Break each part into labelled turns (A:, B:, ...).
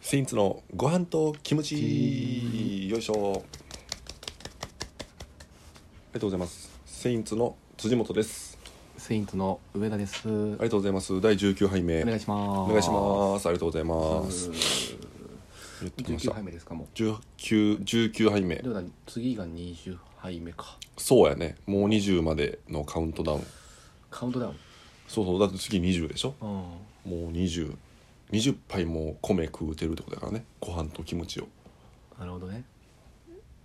A: セインツのご飯とキムチよいしょありがとうございますセインツの辻本です
B: セイントの上田で
A: あ
B: す。
A: りがとうございます第19杯目
B: お願いします。
A: お願いしますありがとうございます言ってき
B: 十
A: まし
B: 九
A: た
B: 杯目ですかもう。
A: 19 19杯目
B: りょうだ次が二十杯目か。
A: そうやねもう20までのカウントダウン
B: カウントダウン。
A: そうそうだって次20でしょ
B: うん。
A: もう2020杯も米食うてるってことだからねご飯とキムチを
B: なるほどね。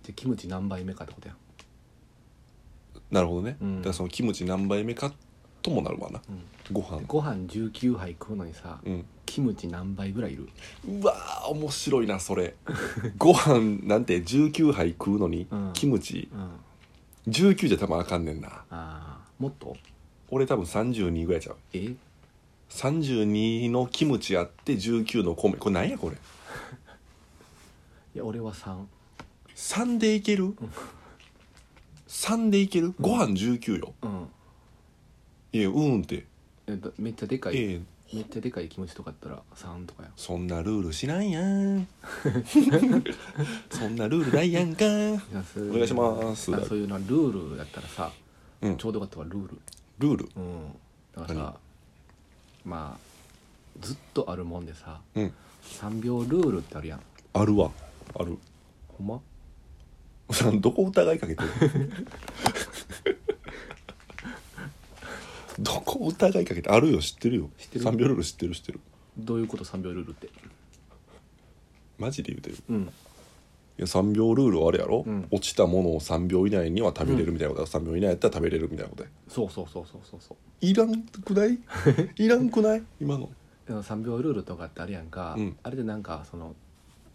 B: でキムチ何杯目かってことや。
A: なるほどね、
B: うん
A: だからそのキムチ何杯目かともなるわな
B: うん。
A: ご飯
B: でご飯十九杯食うのにさ、
A: うん
B: キムチ何杯ぐらいいる？
A: うわー面白いなそれ ご飯なんて19杯食うのに、
B: うん
A: キムチ
B: うん。あ
A: 19じゃ多分あかんねんな
B: あーもっと？
A: 俺多分32ぐらいちゃう
B: え？
A: 32のキムチあって19の米これなんやこれ
B: いや俺は三。
A: 3でいける3でいけるご飯19よ、
B: うん。
A: いやうんって、
B: えだめっちゃでかい、
A: ええ
B: めっちゃでかいキムチとかあったら三とかや。
A: そんなルールしないや んそんなルールないやんか
B: お願
A: お願いします
B: そういうのはルールやったらさ、
A: うん
B: ちょうどよかったわルール。
A: ルール
B: うんだからさまあずっとあるもんでさ
A: うん
B: 3秒ルールってあるやん
A: あるわある
B: ほんま
A: さ んどこ疑いかけてるどこ疑いかけてあるよ知ってるよ
B: 知ってる
A: 3秒ルール知ってる知ってる
B: どういうこと3秒ルールって
A: マジで言うてるい
B: うん
A: や3秒ルールはあれやろ、
B: うん
A: 落ちたものを3秒以内には食べれるみたいなことだ、3秒以内やったら食べれるみたいなことや
B: そうそうそうそうそうそう
A: いらんくない いらんくない今の
B: でも3秒ルールとかってあるやんか、
A: うん
B: あれでなんかその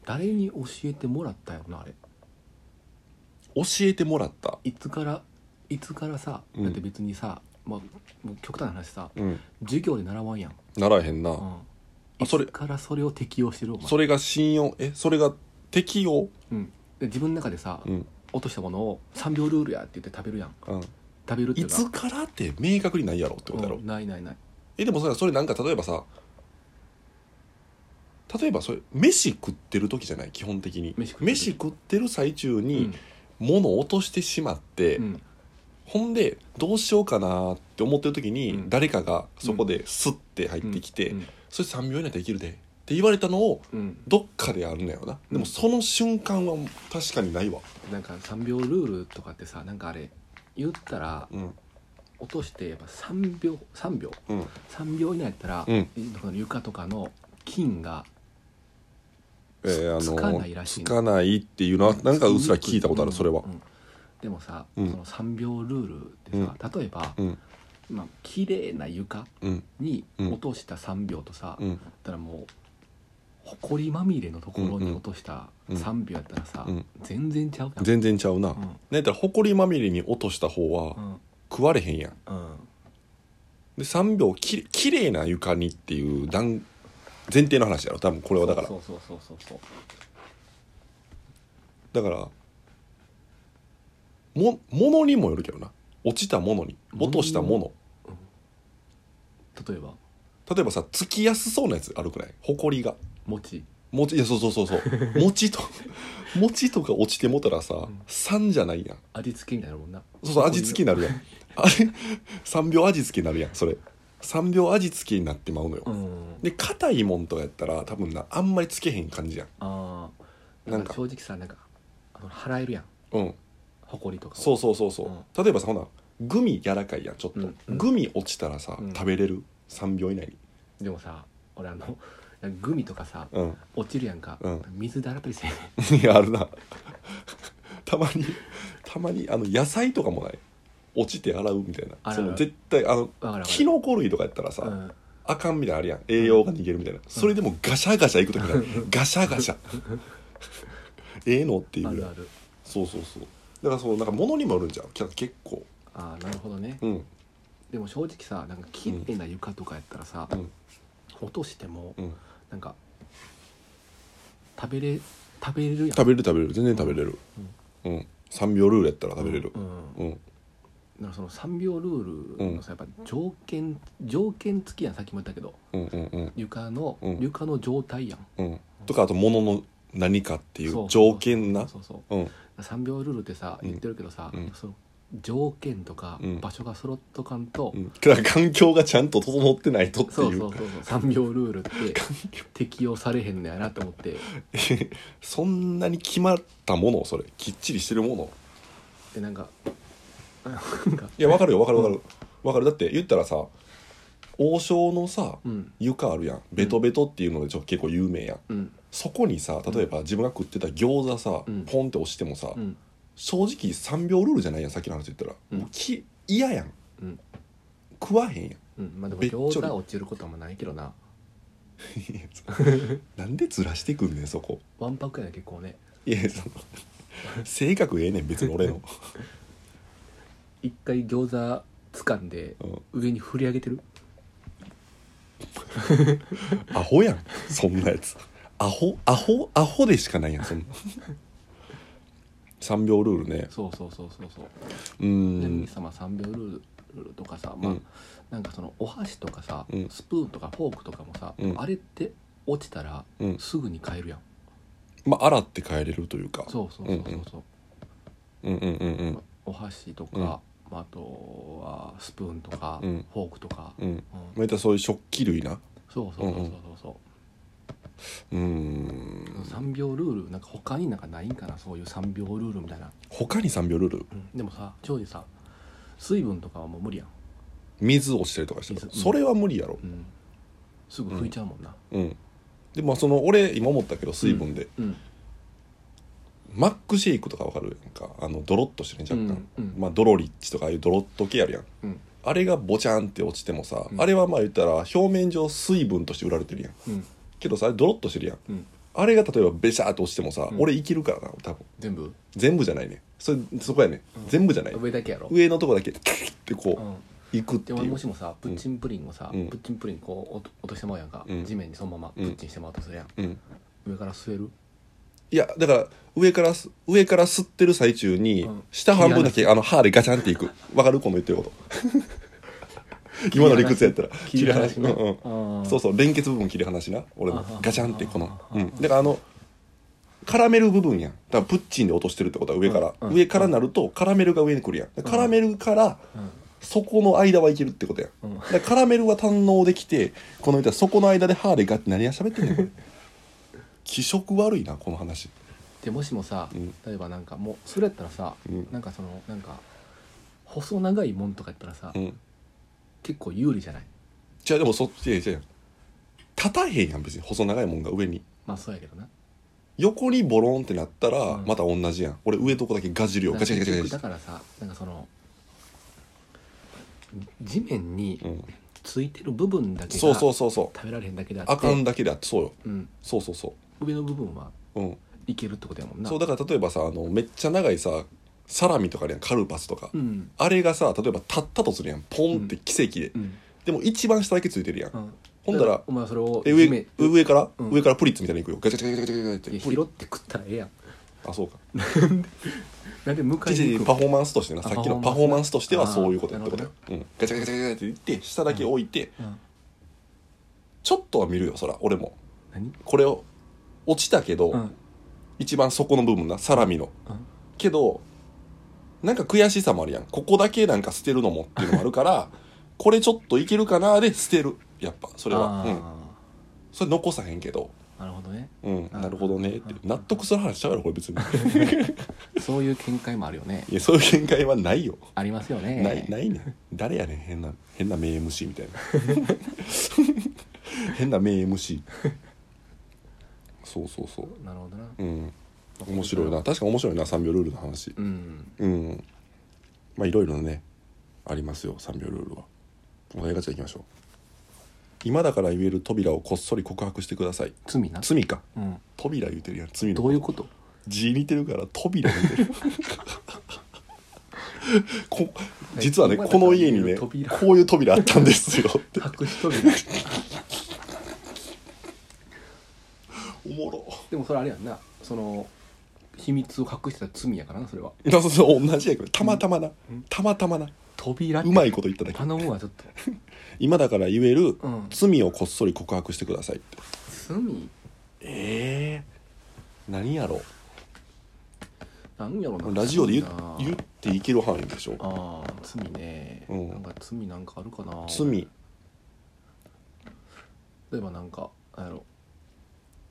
B: 誰に教えてもらったよなあれ
A: 教えてもらった
B: いつからいつからさ
A: うん
B: だって別にさ、まあ、もう極端な話さ
A: うん
B: 授業で習わんやん、
A: ならへんな、
B: うん、
A: あ
B: い
A: それ
B: つからそれを適用してるお前
A: それが信用えそれが適用
B: うん、で自分の中でさ、
A: うん、
B: 落としたものを3秒ルールやって言って食べるやん
A: うん、
B: 食べるってい
A: いう
B: か
A: つからって明確にないやろってことやろ、
B: うんないないない
A: えでもさそれなんか例えばさ例えばそれ飯食ってる時じゃない基本的に
B: 飯
A: 食
B: 食ってる
A: ってる最中
B: う
A: に
B: ん
A: 物を落としてしまって、
B: うん
A: ほんでどうしようかなって思ってる時に、
B: うん
A: 誰かがそこでスッて入ってきて、
B: うん
A: それ3秒以内でできるでって言われたのを
B: うん
A: どっかでやるんだよな、
B: うん
A: でもその瞬間は確かにないわ
B: なんか3秒ルールとかってさなんかあれ言ったら
A: うん
B: 落としてやっぱ3秒3秒
A: うん
B: 3秒以内やったら、
A: うん
B: その床とかの菌が
A: えー、あの
B: つかないらしいね
A: つかないっていうのはなんかうっすら聞いたことある
B: うん
A: それは
B: うんでもさ、
A: うん
B: その3秒ルールってさ、例えば、
A: うん
B: まあ綺麗な床
A: うん
B: に
A: うん
B: 落とした3秒とさ、
A: う
B: だ
A: ん
B: ったらもうほこりまみれのところに落とした3秒やったらさ、
A: うん
B: 全然ちゃうやん
A: 全然ちゃうな、
B: う
A: なんやったらほこりまみれに落とした方は
B: ん
A: 食われへんやん
B: うんうん
A: で3秒ききれいな床にっていう段前提の話やろ多分これはだから
B: そうそうそうそうそう
A: だからもものにもよるけどな落ちたものに落としたもの
B: 例えば
A: 例えばさつきやすそうなやつあるくないほこりが
B: 餅
A: 餅いやそうそうそうそう 餅と餅とか落ちてもたらさ
B: ん
A: 3じゃないやん
B: 味付けみたいなもんな
A: そうそう味付けになるやんあれ3秒味付けになるやんそれ3秒味付けになってまうのよ、
B: うん
A: で硬いもんとかやったら多分なあんまりつけへん感じやん
B: ああ
A: な
B: なんん
A: か
B: か正直さなんかあの払えるやん
A: うん
B: ほこりとか
A: そうそうそうそう、例えばさほなグミ柔らかいやんちょっと、
B: うんうん
A: グミ落ちたらさ、
B: うん
A: 食べれる3秒以内に
B: うでもさ俺あのグミとかさ
A: うん
B: 落ちるやんか、
A: うん
B: 水だらけにせえ へん
A: いやあるなたまにたまにあの野菜とかもない落ちて洗うみたいな
B: あるあ
A: そ
B: る
A: の絶対あの
B: わかるわかる
A: キノコ類とかやったらさ、
B: うん
A: あかんみたいなのあるやん栄養が逃げるみたいな、それでもガシャガシャいく時ない ガシャガシャ ええのっていう
B: あ
A: ぐ
B: る
A: らい
B: ある
A: そうそうそうだからそうなんか物にもよるんじゃんきゃ結構
B: ああなるほどね、
A: うん
B: でも正直さなんか綺麗な床とかやったらさ、
A: うん
B: 落としても
A: うん
B: なんか食べれ食べれるやん
A: 食べれる食べれる全然食べれるうん、3秒ルールやったら食べれる
B: うん
A: うん、
B: だからその3秒ルールのさ、やっぱ条件条件付きやんさっきも言ったけど
A: うんうんうん
B: 床の、
A: うん
B: 床の状態やん、
A: うんとかあと物の何かってい
B: そうう
A: 条件な
B: そうそう
A: うん
B: 3秒ルールってさ
A: うん
B: 言ってるけどさ、
A: うん
B: その条件とか
A: うん
B: 場所が揃っとかんと、
A: うんだから環境がちゃんと整ってないとって
B: そう
A: い
B: そう
A: う
B: そうそう3秒ルールって適用されへんのやなと思って
A: そんなに決まったものそれきっちりしてるもの
B: でなんかなんか
A: いやわかるよわかるわかるわかるだって言ったらさ王将のさ
B: うん
A: 床あるやんベトベトっていうのでちょ結構有名やん
B: うん
A: そこにさ例えば自分が食ってた餃子さ、
B: うん
A: ポンって押してもさ、
B: うん
A: 正直3秒ルールじゃないやんさっきの話言ったら、
B: うん
A: もうき嫌やん
B: うん
A: 食わへんやん
B: うんまあでも
A: べっちょり
B: 餃子は落ちることもないけどない
A: やなんでずらしてくんねんそこ
B: わんぱくやね結構ね
A: いやその性格ええねん別に俺の、
B: 一回餃子掴んで
A: うん
B: 上に振り上げてる
A: アホやんそんなやつアホアホアホでしかないやんそんな3秒ルールね
B: そうそうそうそうそう
A: う
B: ちなみに
A: ん
B: さ、まあ、3秒ルールとかさ、まあ
A: うん
B: なんかそのお箸とかさ、
A: うん
B: スプーンとかフォークとかもさ、
A: うん
B: あれって落ちたら
A: うん
B: すぐに買えるやん、
A: まあ洗って帰れるというか
B: そうそうそうそうそう、
A: うんうんうんうん
B: お箸とか、まあ、あとはスプーンとか、
A: うん
B: フォークとか、
A: うんま
B: うん
A: あ言ったらそういう食器類な
B: そうそうそうそうそうう、
A: ん
B: 3秒ルールなんか他になんかないんかなそういう3秒ルールみたいな、
A: 他に3秒ルール
B: でもさ庄司さ水分とかはもう無理やん、
A: 水落ちたりとかしてる
B: 水うん
A: それは無理やろ
B: うん、すぐ拭いちゃうもんな
A: うんでまあその俺今思ったけど水分で、
B: うん
A: マックシェイクとかわかるやんかあのドロッとしてるやん若干、
B: うんうん
A: まあドロリッチとかああいうドロッと系あるやん
B: うん
A: あれがボチャンって落ちてもさ、
B: うん
A: あれはまあ言ったら表面上水分として売られてるやん
B: うん
A: けどさあれドロッとしてるやん
B: うん
A: あれが例えばベシャーって落ちてもさ、
B: うん
A: 俺いけるからな多分
B: 全部
A: 全部じゃないねそれそこやね、全部じゃない
B: 上だけやろ
A: 上のとこだけキュッてこ
B: うん
A: う、いくって
B: で
A: い
B: 俺
A: う
B: もしもさプッチンプリンをさ、
A: うん
B: プッチンプリンこう落と落としてまうやんか、
A: うん
B: 地面にそのままプ
A: うん
B: ッチンしてまうとするやん、
A: うん、
B: 上から吸える
A: いやだから上からす上から吸ってる最中に、
B: うん
A: 下半分だけあの歯でガチャンっていくわかるこの言ってること 今の理屈やったら
B: 切り離し
A: 切り離しうんうん
B: うん
A: そうそう連結部分切り離しな俺
B: あ
A: の
B: は
A: ガチャンってこの
B: あ、は
A: うん、だからあの絡める部分やんだからプッチンで落としてるってことは上から、
B: うんうん
A: 上からなるとカラメルが上に来るやんでカラメルからそこの間はいけるってことやん、
B: うん
A: だからカラメルは堪能できてこの言ったらそこの間で歯でガって何や喋ってんの これ気色悪いなこの話
B: でもしもさ、
A: うん
B: 例えばなんかもうそれやったらさ、
A: うん
B: なんかそのなんか細長いもんとかやったらさ、
A: うん
B: 結構有利じゃない
A: じゃあでもそっちじゃ立たへんやん別に細長いもんが上に
B: まあそうやけどな
A: 横にボロンってなったら
B: うん
A: また同じやん、俺上とこだけガジるよガチャガチャガチャガ
B: だ
A: チ
B: からさなんかその地面に
A: ャ、うん、
B: ついてる部分だけ
A: そう
B: が
A: そう
B: 食
A: そうそう
B: べられへんだけであって
A: あかんだけであってそうよ
B: うん、
A: そうそうそ
B: 上の部分は
A: ううん
B: いけるってことやもんな
A: そうだから例えばさあのめっちゃ長いさサラミとかあるやんカルパスとか、
B: うん
A: あれがさ例えば立ったとするやんポンって奇跡で、
B: うん
A: でも一番下だけついてるやん、
B: うん
A: ほんだら
B: お前それを
A: え
B: 地
A: 上
B: 面
A: 上から、
B: うん
A: 上からプリッツみたいにいくよガチャガチャガチャガチャガチャ
B: いや
A: ってプリ
B: 拾って食ったらええやん
A: あそうか
B: なんで迎
A: 違う
B: え
A: 違
B: に
A: う
B: 行
A: パ
B: く
A: フォーマンスとしてな
B: あ
A: さっきの
B: パ
A: パフォ
B: フォー
A: ー
B: マ
A: マ
B: ン
A: ン
B: ス
A: ス
B: ね
A: としてはそういうこと
B: あ
A: や
B: ー
A: ってことよ、うん、ガチャガチャガチャガチャって言って下だけ置いて、
B: うん
A: ちょっとは見るよそら俺も
B: 何
A: これを落ちたけど、
B: うんうん
A: 一番底の部分なサラミのけどなんか悔しさもあるやんここだけなんか捨てるのもっていうのもあるから これちょっといけるかなで捨てるやっぱそれは、
B: あ
A: うん、それ残さへんけど
B: ーなるほどね
A: うん
B: あー
A: なるほどねって
B: うん
A: 納得する話ちゃうやろこれ別に
B: そういう見解もあるよね
A: いやそういう見解はないよ
B: ありますよね
A: ないないねん誰やねん変な変な名 MC みたい な変な名 MC そうそうそ
B: なるほどな
A: ううん面白いな確か面白いな3秒ルールの話
B: うん
A: うんまあいろいろねありますよ3秒ルールはお題ガチャいきましょう今だから言える扉をこっそり告白してください
B: 罪な
A: 罪か
B: うん
A: 扉言うてるやん罪
B: ど
A: の
B: ういうこと
A: 字似てるから扉似 てるこ実はね
B: 今だ
A: こ
B: から
A: の家に
B: 言え
A: ね
B: る扉
A: こういう扉あったんです よって
B: 隠し扉
A: おもろ
B: でもそれあれやんなその秘密を隠してた罪やからなそれは
A: だからそれ同じやけどたまたまな、たまたまな
B: 扉って
A: うまいこと言っただけ
B: 頼むわちょっと
A: 今だから言える
B: うん
A: 罪をこっそり告白してくださいって
B: 罪
A: ええ何やろ
B: なんやろな
A: ラジオで言
B: 罪な
A: 言っていける範囲でしょ
B: ああ罪ね、
A: うん
B: なんか罪なんかあるかな
A: 罪
B: 例えばなんかなんやろ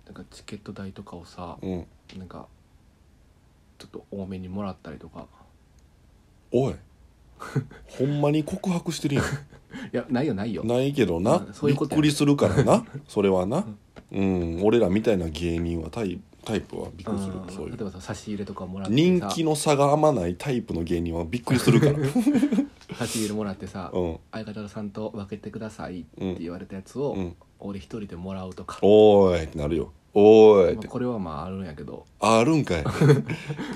B: なんかチケット代とかをさ
A: うん
B: なんかちょっと多めにもらったりとか
A: おいほんまに告白してるやん
B: いやないよないよ
A: ないけどな
B: うんそういうこと
A: びっくり
B: や
A: するから なそれはなうん俺らみたいな芸人はタイタイプはびっくりする
B: うん
A: そういう
B: 例えばさ差し入れとかもらってさ
A: 人気の差があんまないタイプの芸人はびっくりす るから
B: 差し入れもらってさ
A: うん
B: 相方さんと分けてくださいって
A: うん
B: 言われたやつを、
A: うん
B: 俺一人でもらうとか、
A: おーいってなるよおーいっ
B: まあ
A: て
B: これはまああるんやけど
A: あるんかい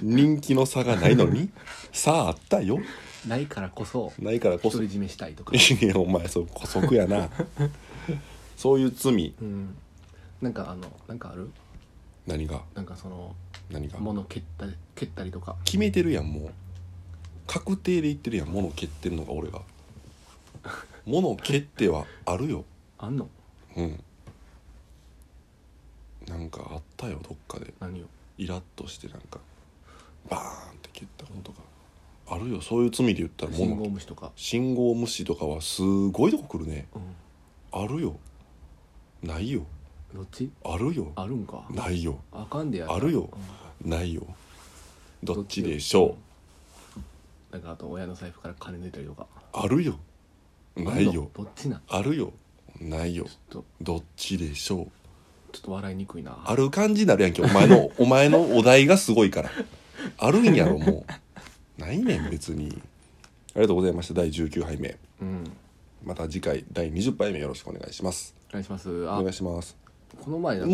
A: 人気の差がないの にさああったよ
B: ないからこそ
A: ないからこ
B: 独
A: そ
B: り占めしたいとか、
A: いやお前そう姑息や なそういう罪
B: うん、なんかあのなんかある
A: 何が
B: なんかその
A: 何が
B: 物蹴ったり蹴ったりとか
A: 決めてるやんもう確定で言ってるやん物蹴ってるのが俺が物蹴ってはあるよ
B: あんの
A: うんなんかあったよどっかで
B: 何を
A: イラッとしてなんかバーンって蹴ったことがあるよそういう罪で言ったら
B: 信
A: 物
B: 号無視とか、
A: 信号無視とかはすごいとこ来るね
B: うん、
A: あるよないよ
B: どっち
A: あるよ
B: あるんか
A: ないよ
B: あかんでやった
A: あるよ
B: うん
A: ないよどっちでしょう
B: なんかあと親の財布から金抜いたりとか
A: あるよないよ
B: あんのどっちなん
A: あるよないよ
B: ちょっと
A: どっちでしょう
B: ちょっと笑いにくいな
A: ある感じになるやんけお前の お前のお題がすごいからあるんやろもうないねん別にありがとうございました第19杯目
B: うん
A: また次回第20杯目よろしくお願いします
B: お願いします
A: お
B: あ
A: 願いします
B: この前なんか